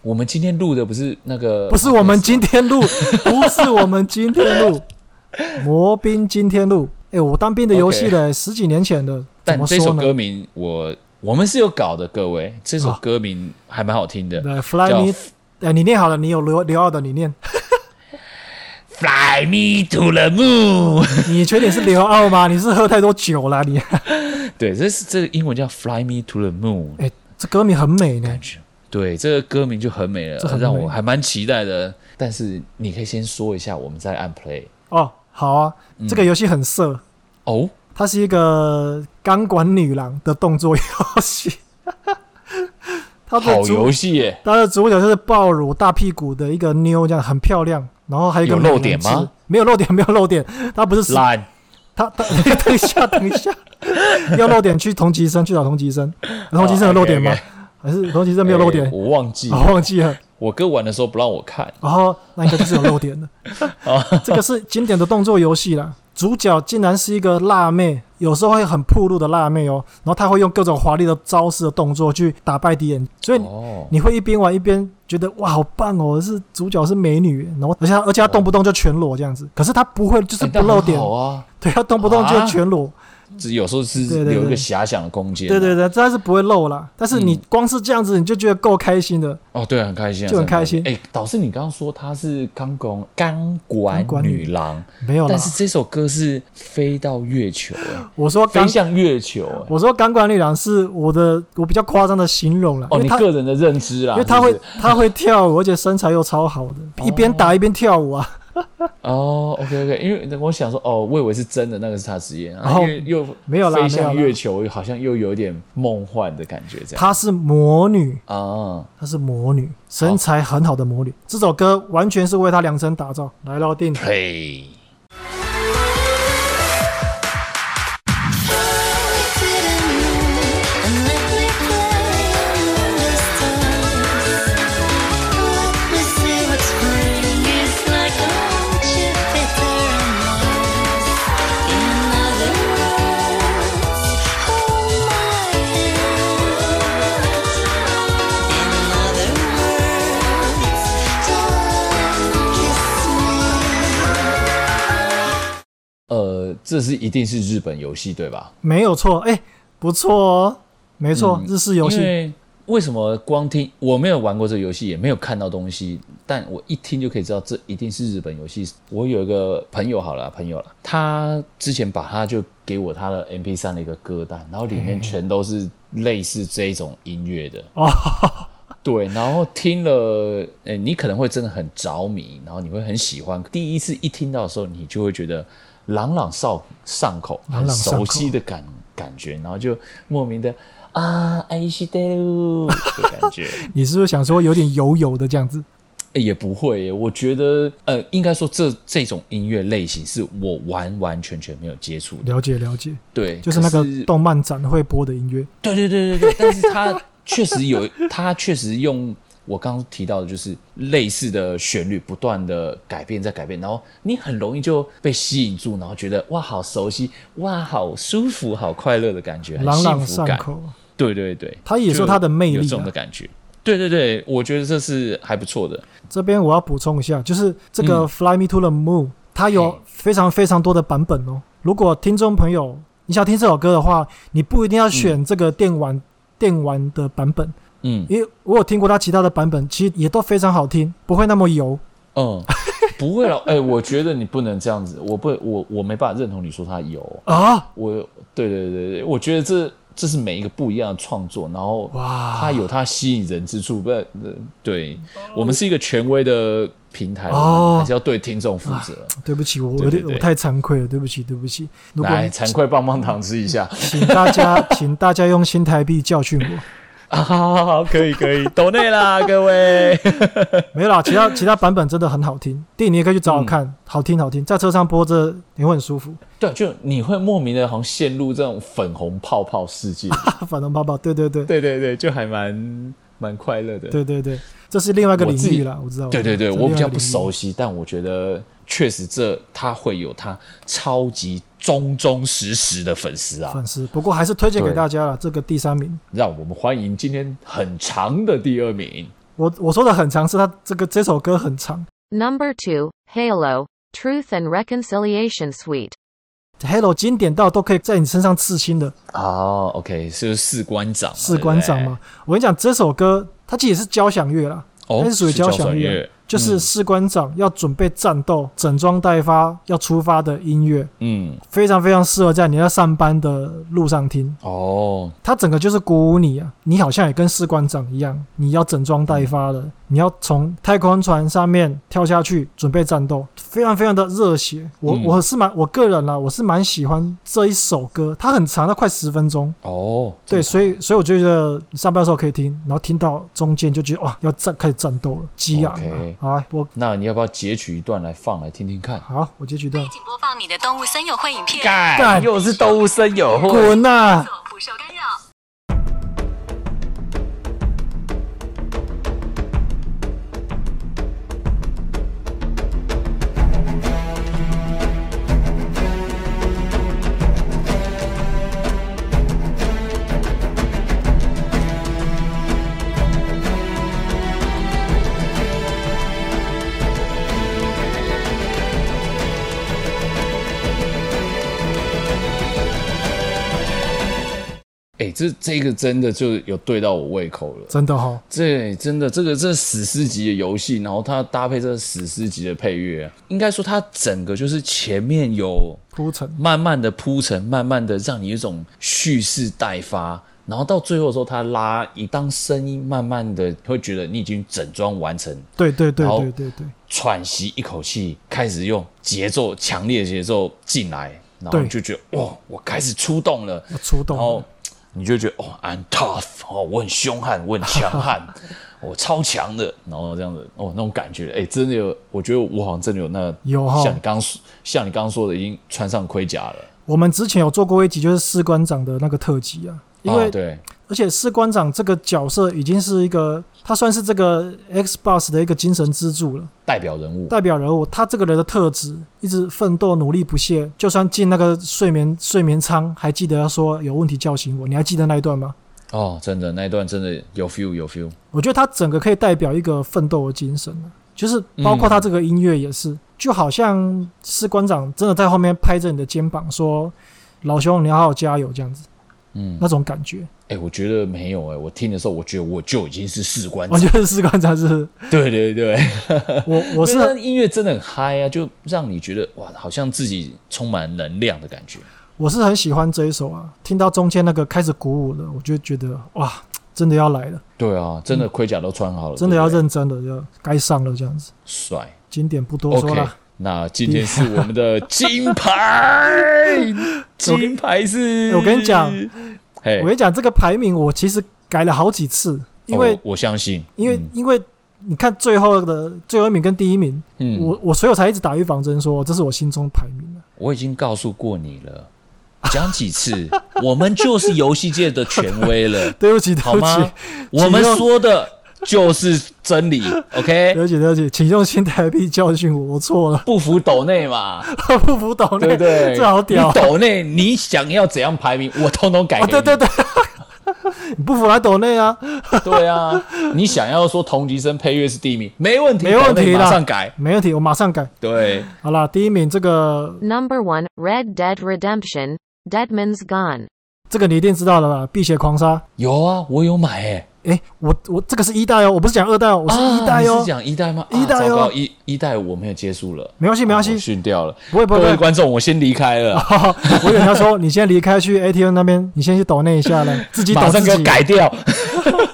B: 我们今天录的，不是那个，啊
A: 不是我们今天 录，不是我们今天录，魔兵今天录。哎、我当兵的游戏嘞，十几年前的，怎
B: 但
A: 么
B: 这首
A: 说
B: 歌
A: 呢？
B: 名我我们是有搞的，各位，这首
A: 啊
B: 歌名还蛮好听的，
A: 对，Fly 呃
B: 叫
A: Me，哎、你念好了，你有留留奥的，你念。
B: Fly Me to the Moon。
A: 你缺点是留奥 吗？你是喝太多酒啦，你。哎、
B: 对，这是这个英文叫 Fly Me to the Moon。
A: 这歌名很美呢。
B: 对，这个歌名就很美
A: 这
B: 了，
A: 很
B: 让
A: 美
B: 我还蛮期待的。但是你可以先说一下，我们再按 play
A: 哦，好啊，
B: 嗯
A: 这个游戏很色，
B: 哦。
A: 它是一个钢管女郎的动作游戏。 它的
B: 好
A: 主
B: 游戏啊耶，
A: 它的主角就是爆乳大屁股的一个妞，这样很漂亮。然后还有一个
B: 有
A: 美
B: 露
A: 人
B: 点
A: 痣
B: 吗？
A: 没有露点，没有露点。 他不是死，
B: 烂
A: 他他 等一下，等一下，要露点去同级生去找同级 生，同级生有露点吗？还是同级生没有露点
B: 哦
A: 哦
B: 哎？我忘 记
A: 我
B: 了。
A: 忘记了。
B: 我哥玩的时候不让我看，
A: 然后哦那应该就是有露 点的。
B: 哦
A: 这个是经典的动作游戏啦。主角竟然是一个辣妹，有时候会很暴露的辣妹哦。然后她会用各种华丽的招式的动作去打败敌人，所以
B: 哦
A: 你会一边玩一边觉得哇，好棒哦！是主角是美女，然后而且她而且她动不动就全裸这样子，可是她不会就是
B: 哎
A: 不
B: 但
A: 露
B: 很
A: 点，
B: 好啊，
A: 对，她动不动就
B: 啊
A: 全裸。
B: 只有时候是
A: 对对对
B: 留一个遐想的空间啊。
A: 对对对，这是不会漏啦。但是你
B: 嗯
A: 光是这样子，你就觉得够开心的。
B: 哦，对，很开心啊，
A: 就很开心
B: 哎，导师，你刚刚说她是钢管钢管
A: 钢管女
B: 女郎，
A: 没有啦
B: 但，是这首歌是飞到 月球，哎
A: 我说
B: 飞
A: 钢，
B: 向月球，哎
A: 我说钢管女郎是我的我比较夸张的形容啦，
B: 哦，
A: 因
B: 你
A: 为她
B: 个人的认知啦，
A: 因为她
B: 是不
A: 会
B: 是
A: 她会跳舞，而且身材又超好的，一边打一边跳舞啊。
B: 哦，OK OK，因为我想说，哦，我以为是真的，那个是他职业，然
A: 哦
B: 后又
A: 没有啦
B: 飞
A: 没
B: 向
A: 有啦
B: 月球，好像又有点梦幻的感觉，这样
A: 她是魔女，
B: 啊，
A: 她是魔女，身材很好的魔女。这首歌完全是为她量身打造。来老定，
B: 嘿，呃，这是一定是日本游戏对吧？
A: 没有错，哎，不错哦，没错，日式游
B: 嗯因
A: 戏。
B: 为为什么光听我没有玩过这个游戏，也没有看到东西，但我一听就可以知道这一定是日本游戏。我有一个朋友好了，朋友了，他之前把他就给我他的 MP 3的一个歌单，然后里
A: 嗯
B: 面全都是类似这一种音乐的。
A: 哦，
B: 对，然后听了，呃、你可能会真的很着迷，然后你会很喜欢。第一次一听到的时候，你就会觉得朗朗上上口，
A: 朗
B: 很
A: 朗上口
B: 熟悉的感感觉，然后就莫名的啊，爱西德鲁的感 觉。
A: 你是不是想说有点油油的这样子？
B: 欸也不会耶，我觉得，呃，应该说这这种音乐类型是我完完全全没有接触的。
A: 了解了解，
B: 对，
A: 就是那个
B: 可是
A: 动漫展会播的音乐。
B: 对对对对 对，但是他确实有，他确实用我刚刚提到的，就是类似的旋律不断的改变再改变，然后你很容易就被吸引住，然后觉得哇好熟悉，哇好舒服，好快乐的感觉，很
A: 朗
B: 幸
A: 朗
B: 福
A: 上
B: 感。
A: 口。
B: 对对对，
A: 它也是
B: 就
A: 它的魅力啊
B: 有这种的感觉。对对对，我觉得这是还不错的。
A: 这边我要补充一下，就是这个《
B: 嗯
A: Fly Me to the Moon》，它有
B: 嘿
A: 非常非常多的版本哦。如果听众朋友你想听这首歌的话，你不一定要选这个电玩、电玩的版本，
B: 嗯
A: 因为我有听过它其他的版本，其实也都非常好听，不会那么油。
B: 嗯，不会了。哎、我觉得你不能这样子，我不我我没办法认同你说他有。
A: 啊，
B: 我对对对对，我觉得这这是每一个不一样的创作，然后
A: 哇
B: 它有它吸引人之处。不，呃对我们是一个权威的平台，
A: 哦
B: 我们还是要对听众负责。
A: 对不起，我我
B: 对对
A: 有点我
B: 对
A: 太惭愧了，对不起，对不起。如果
B: 来，惭愧棒棒糖吃一 下
A: 请大家请大家用新台币教训我，
B: 啊！好好好，可以可以，抖内啦，各 位。
A: 没有啦，其他其他版本真的很好听，电影你也可以去找找看，
B: 嗯
A: 好听好听，在车上播着你会很舒服。
B: 对，啊就你会莫名的，好像陷入这种粉红泡泡世 界。
A: 反动泡泡，对对对
B: 对对对，就还蛮蛮快乐的。
A: 对对对，这是另外一个
B: 我
A: 领
B: 自己
A: 域啦，我知道。
B: 对对对，
A: 这是
B: 我
A: 另
B: 比
A: 外一
B: 较
A: 个
B: 不
A: 领域
B: 熟悉，但我觉得确实这他会有他超级忠忠实实的粉丝啊，
A: 粉丝，不过还是推荐给
B: 对
A: 大家了。这个第三名，
B: 让我们欢迎今天很长的第二名。
A: 我我说的很长，是他这个这首歌很长。
C: Number 2, Halo, Truth and Reconciliation Suite.
A: Hello，经典到都可以在你身上刺青的
B: 哦，OK，是士官长嘛，
A: 士官长
B: 哦哎
A: 嘛。我跟你讲，这首歌它其实也是交响乐啦，
B: 对不对？
A: 它
B: 哦，
A: 是属于交响乐，
B: 乐，
A: 就是士官长要准备战斗、整装待发、要出发的音乐，
B: 嗯，
A: 非常非常适合在你要上班的路上听。
B: 哦，
A: 它整个就是鼓舞你啊，你好像也跟士官长一样，你要整装待发了，你要从太空船上面跳下去准备战斗，非常非常的热血。我、
B: 嗯
A: 我是蛮我个人啦、啊我是蛮喜欢这一首歌，它很长，它快十分钟。
B: 哦，
A: 对，所以所以我就觉得上班的时候可以听，然后听到中间就觉得哇，要战开始战斗了，激昂啊
B: OK！
A: 好啊，我
B: 那你要不要截取一段来放来听听看？
A: 好，我截取掉
D: 背，景播放你的动物森友会影片，
B: 干
A: 干
B: 哎又是动物森友会，
A: 滚呐、啊！
D: 不受干扰。
B: 哎、这这个真的就有对到我胃口了。
A: 真的哈、哦，
B: 这真的，这个这史诗级的游戏，然后它搭配这史诗级的配乐，应该说它整个就是前面有
A: 铺陈
B: 慢慢的铺陈，慢慢的让你有一种蓄势待发，然后到最后的时候，它拉一当声音慢慢的会觉得你已经整装完成，
A: 对对对
B: 好
A: 对对对，
B: 喘息一口气，开始用节奏强烈的节奏进来，然后
A: 对
B: 你就觉得哇，我开始出动了，
A: 要出动
B: 然
A: 了
B: 后。你就觉得哦，I'm tough，哦，我很凶悍，我很强 悍，我超强的，然后这样子，哦，那种感觉，哎，真的有，我觉得我好像真的有那
A: 有哈
B: 像你刚说像你刚说的，已经穿上盔甲了，
A: 我们之前有做过一集，就是士官长的那个特辑啊，因为、
B: 哦、对，
A: 而且士官长这个角色已经是一个，他算是这个 Xbox 的一个精神支柱了，
B: 代表人物，
A: 代表人物。他这个人的特质，一直奋斗、努力不懈，就算进那个睡眠睡眠舱，还记得要说有问题叫醒我。你还记得那一段吗？
B: 哦，真的那一段真的有 feel 有 feel，
A: 我觉得他整个可以代表一个奋斗的精神啊，就是
B: 嗯
A: 包括他这个音乐也是，就好像士官长真的在后面拍着你的肩膀说：“老兄，你要好好加油。”这样子
B: 嗯，
A: 那种感觉，
B: 哎，我觉得没有哎，我听的时候，我觉得我就已经是士官
A: 我
B: 长
A: 觉，得士官长 是
B: 对对对，
A: 我哦我是
B: 因为那音乐真的很嗨啊，就让你觉得哇，好像自己充满能量的感觉，
A: 我是很喜欢这一首啊，听到中间那个开始鼓舞了，我就觉得哇，真的要来了，
B: 对啊，真的盔甲都穿好了，
A: 嗯真的要
B: 对不对
A: 认真了，要该上了这样子。
B: 帅。
A: 经典不多说
B: OK，
A: 了，
B: 那今天是我们的金牌，金牌是，
A: 我跟你讲，
B: 嘿，
A: 我跟你讲这个排名，我其实改了好几次，因为、
B: 哦我相信，
A: 因为、
B: 嗯
A: 因为你看最后的最后一名跟第一名，
B: 嗯
A: 我我所以我才一直打预防针说这是我心中排名啊
B: 我已经告诉过你了，讲几次，我们就是游戏界的权威了，
A: 对不起，对
B: 好
A: 不起
B: 吗，？我们说的就是真理，OK
A: 对。不起，对不起，请用新台币教训我，我错了，
B: 不服抖内嘛，
A: 不服懂
B: 对不 对？
A: 这好屌
B: 你抖内你想要怎样排名，我通通改
A: 啊！
B: 给你。
A: 对对对， 你不服来抖内啊，
B: 对啊，你想要说同级生配乐是第一名，没问题，
A: 没问题
B: 岛内
A: 啦，
B: 马上改。
A: 没问题，我马上改。
B: 对，
A: 好啦，第一名这个
C: Number 1, Red Dead Redemption, Deadman's Gone.
A: 这个你一定知道了吧？辟邪狂杀，
B: 有啊，我有买诶、
A: 诶，我我这个是一代哦，我不是讲二代哦，我是一代
B: 啊、你
A: 哦
B: 是，讲一代吗？
A: 一代
B: 啊、
A: 哦
B: 糟糕，一一代我没有接触了，
A: 没关系没关
B: 哦我
A: 系，
B: 训掉了。
A: 不会不
B: 各
A: 会不
B: 位
A: 会。
B: 观众，我先离开了，
A: 我以为他说你先离开去 ATM 那边，你先去抖那一 下了，自己抖
B: 马
A: 自
B: 上
A: 己。
B: 给我改掉。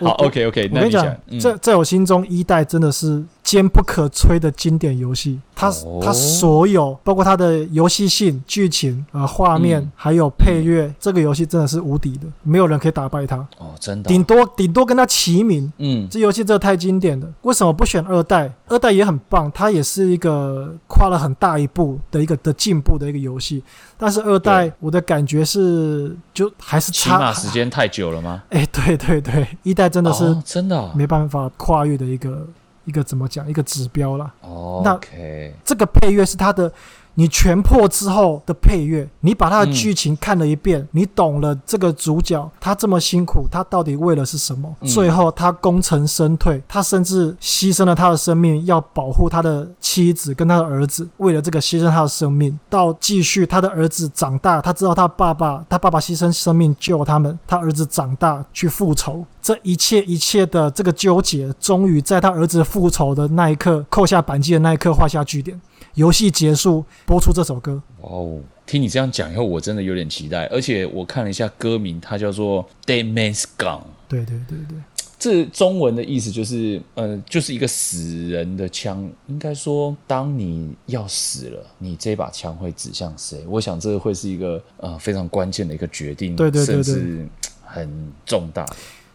B: 好，OK OK，
A: 我
B: 那
A: 跟
B: 你
A: 你讲
B: 讲，，嗯
A: 在在我心中，一代真的是坚不可摧的经典游戏。它
B: 哦
A: 它所有，包括它的游戏性、剧情、呃画面
B: 嗯，
A: 还有配乐，这个游戏真的是无敌的，没有人可以打败它。
B: 哦，真的
A: 顶
B: 啊，
A: 多顶多跟它齐名。
B: 嗯，
A: 这游戏真的太经典了，为什么不选二代？二代也很棒，它也是一个跨了很大一步的一个的进步的一个游戏。但是二代
B: 对
A: 我的感觉是，就还是
B: 骑
A: 差
B: 马时间太久了吗？
A: 哎，对对对，一代真的是
B: 哦、真的啊、
A: 没办法跨越的一个一个怎么讲一个指标啦。
B: 哦
A: 那
B: OK，
A: 这个配乐是它的，你全破之后的配乐，你把它的剧情看了一遍，你懂了这个主角他这么辛苦，他到底为了是什么？
B: 嗯
A: 最后他功成身退，他甚至牺牲了他的生命，要保护他的妻子跟他的儿子，为了这个牺牲他的生命，到继续他的儿子长大，他知道他爸爸，他爸爸牺牲生命救他们，他儿子长大去复仇。这一切一切的这个纠结，终于在他儿子复仇的那一刻，扣下扳机的那一刻画下句点。游戏结束，播出这首歌。
B: 哦，听你这样讲以后，我真的有点期待。而且我看了一下歌名，它叫做《Dead Man's Gone》，
A: 对对对对，
B: 这中文的意思就是，呃，就是一个死人的枪。应该说，当你要死了，你这把枪会指向谁？我想这会是一个呃非常关键的一个决定，
A: 对对对对
B: 甚至很重大。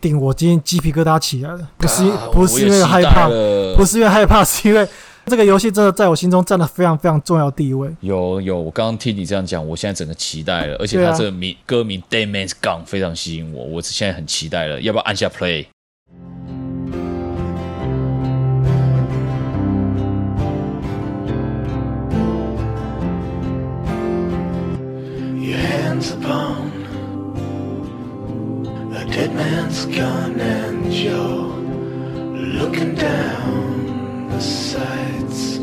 A: 顶我今天鸡皮疙瘩起来了，不是因、
B: 啊
A: 不是因为害怕
B: 我也期待，了
A: 不是因为害怕，是因为这个游戏真的在我心中占了非常非常重要地位。
B: 有有，我刚刚听你这样讲，我现在整个期待了，而且
A: 对啊
B: 它这个名、歌名《Dead Man's Gone》非常吸引我，我现在很期待了，要不要按下 Play？
F: Your hands upon a dead man's gun, and you're looking down the sights.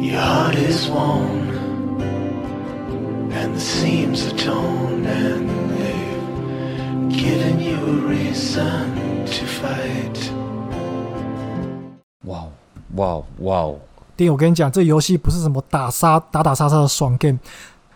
F: Your heart is worn, and the seams are torn, and they've given you a reason to fight.
B: 哇哦哇哦哇哦！
A: 丁，我跟你讲，这游戏不是什么打杀打打杀杀的爽 game，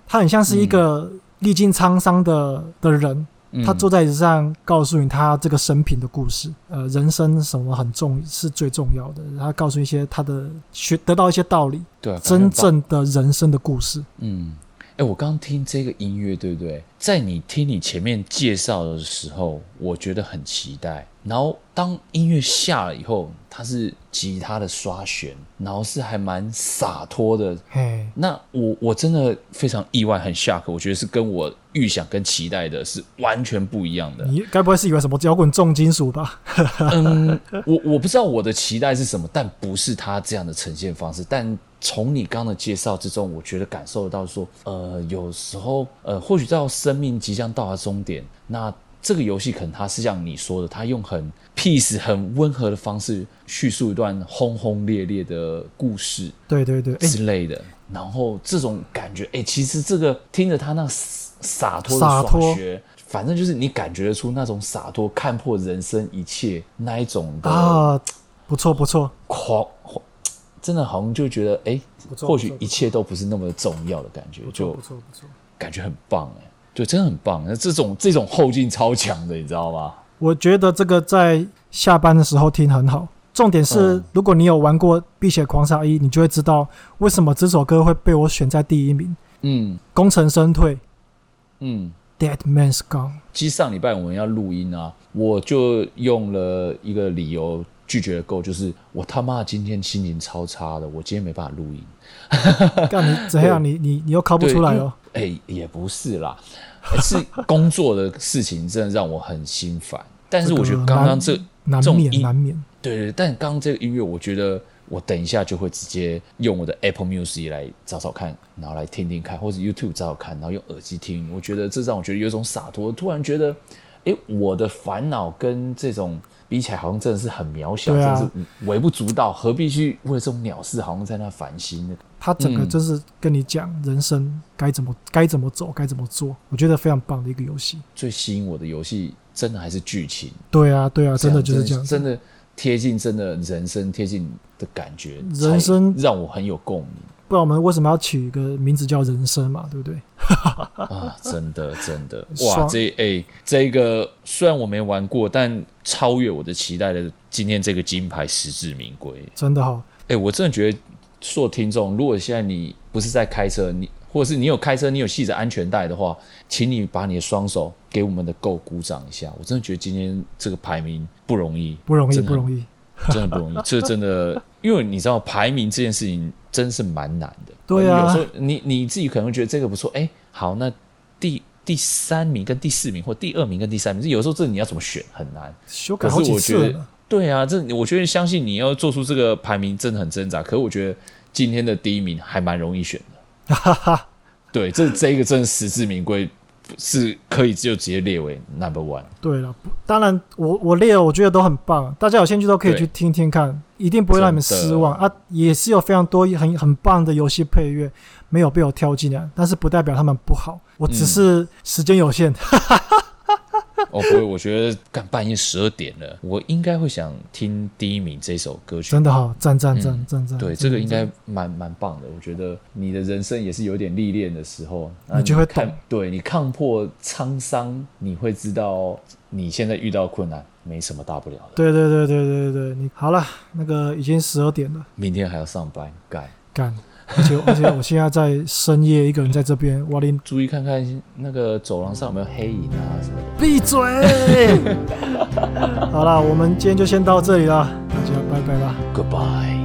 A: 它很像是一个历经沧桑的的人，
B: 嗯
A: 他坐在椅子上，告诉你他这个生平的故事，呃，人生什么很重是最重要的，然后告诉一些他的学得到一些道理，
B: 对啊，感觉
A: 真
B: 很棒
A: 正的人生的故事。
B: 嗯，哎，我刚刚听这个音乐，对不对？在你听你前面介绍的时候，我觉得很期待。然后当音乐下了以后，它是吉他的刷弦，然后是还蛮洒脱的。
A: 嘿，
B: 那我我真的非常意外，很下课。我觉得是跟我预想跟期待的是完全不一样的。
A: 你该不会是以为什么摇滚重金属吧？
B: 嗯， 我我不知道我的期待是什么，但不是他这样的呈现方式。但从你刚刚的介绍之中，我觉得感受到说，呃，有时候，呃，或许到生命即将到达终点，那这个游戏可能它是像你说的，它用很 peace、很温和的方式叙述一段轰轰烈烈的故事
A: 对对对，哎、
B: 之类的。然后这种感觉，哎、其实这个听着他那洒洒脱的
A: 洒脱
B: 耍学，反正就是你感觉得出那种洒脱、看破人生一切那一种的
A: 啊，不错不错，
B: 狂，真的好像就觉得，哎、
A: 不错
B: 或
A: 不
B: 许
A: 错
B: 一切都不是那么重要的感觉，就
A: 不错不错。
B: 感觉很棒、哎，就真的很棒。那这种这种后劲超强的，你知道吗？
A: 我觉得这个在下班的时候听很好。重点是
B: 嗯，
A: 如果你有玩过《碧血狂杀一》，你就会知道为什么这首歌会被我选在第一名。
B: 嗯
A: 功成身退
B: 嗯。
A: ，Dead Man's Gone。
B: 其实上礼拜我们要录音啊，我就用了一个理由拒绝了 Go，就是我他妈今天心情超差的，我今天没办法录音。
A: 干你怎 样？你你你又考不出来哦。
B: 哎、也不是啦， 是工作的事情真的让我很心烦。但是我觉得刚刚这
A: 难
B: 这种
A: 免
B: 音
A: 难免。
B: 对对，但刚刚这个音乐，我觉得我等一下就会直接用我的 Apple Music 来找找看，然后来听听看，或者 YouTube 找找看，然后用耳机听。我觉得这让我觉得有一种洒脱，突然觉得，诶，我的烦恼跟这种比起来，好像真的是很渺小，
A: 对啊
B: 真的是微不足道，何必去为了这种鸟事，好像在那烦心呢？
A: 他整个
B: 嗯
A: 真是跟你讲人生该怎么该怎么走，该怎么做，我觉得非常棒的一个游戏。
B: 最吸引我的游戏，真的还是剧情，
A: 对啊，对啊，真的就是这样子。
B: 真的贴近真的人生，贴近的感觉，
A: 人生
B: 才让我很有共鸣。
A: 不然我们为什么要取一个名字叫人生嘛，对不对？
B: 啊，真的真的，哇，
A: 爽
B: 这哎、这个虽然我没玩过，但超越我的期待的，今天这个金牌实至名归。
A: 真的哈，
B: 哎、我真的觉得，所有听众，如果现在你不是在开车，你或者是你有开车，你有系着安全带的话，请你把你的双手给我们的 Go 鼓掌一下。我真的觉得今天这个排名不容易，
A: 不容易，
B: 真的
A: 不容易。
B: 真的不容易，这真的，因为你知道排名这件事情真是蛮难的。
A: 对啊
B: 有时候你你自己可能会觉得这个不错，哎，好，那第第三名跟第四名或第二名跟第三名，有时候这你要怎么选很难。
A: 修
B: 可
A: 改好
B: 是
A: 几
B: 我
A: 次
B: 觉
A: 了
B: 得
A: 呢，，
B: 对啊，这我觉得相信你要做出这个排名真的很挣扎。可是我觉得今天的第一名还蛮容易选的，对，这这一个真的实至名归，是可以就直接列为 number one。
A: 对了，不当然我我列了，我觉得都很棒，大家有兴趣都可以
B: 对
A: 去听听看，一定不会让你们
B: 真的
A: 失望啊！也是有非常多很很棒的游戏配乐没有被我挑进来，但是不代表他们不好，我只是时间有限，
B: 哦，不会，我觉得干半夜十二点了，我应该会想听第一名这首歌曲。
A: 真的好，赞赞赞
B: 嗯
A: 赞赞！
B: 对，
A: 赞
B: 这个应
A: 赞
B: 该蛮蛮棒的。我觉得你的人生也是有点历练的时候，啊
A: 你就会
B: 看
A: 懂。
B: 对你抗破沧桑，你会知道你现在遇到困难没什么大不了的。
A: 对对对对对对对，你好了，那个已经十二点了，
B: 明天还要上班，干
A: 干，而且而且我现在在深夜一个人在这边，我连
B: 注意看看那个走廊上有没有黑影啊什么的。
A: 闭嘴。好了，我们今天就先到这里了，大家拜拜啦。
B: Goodbye。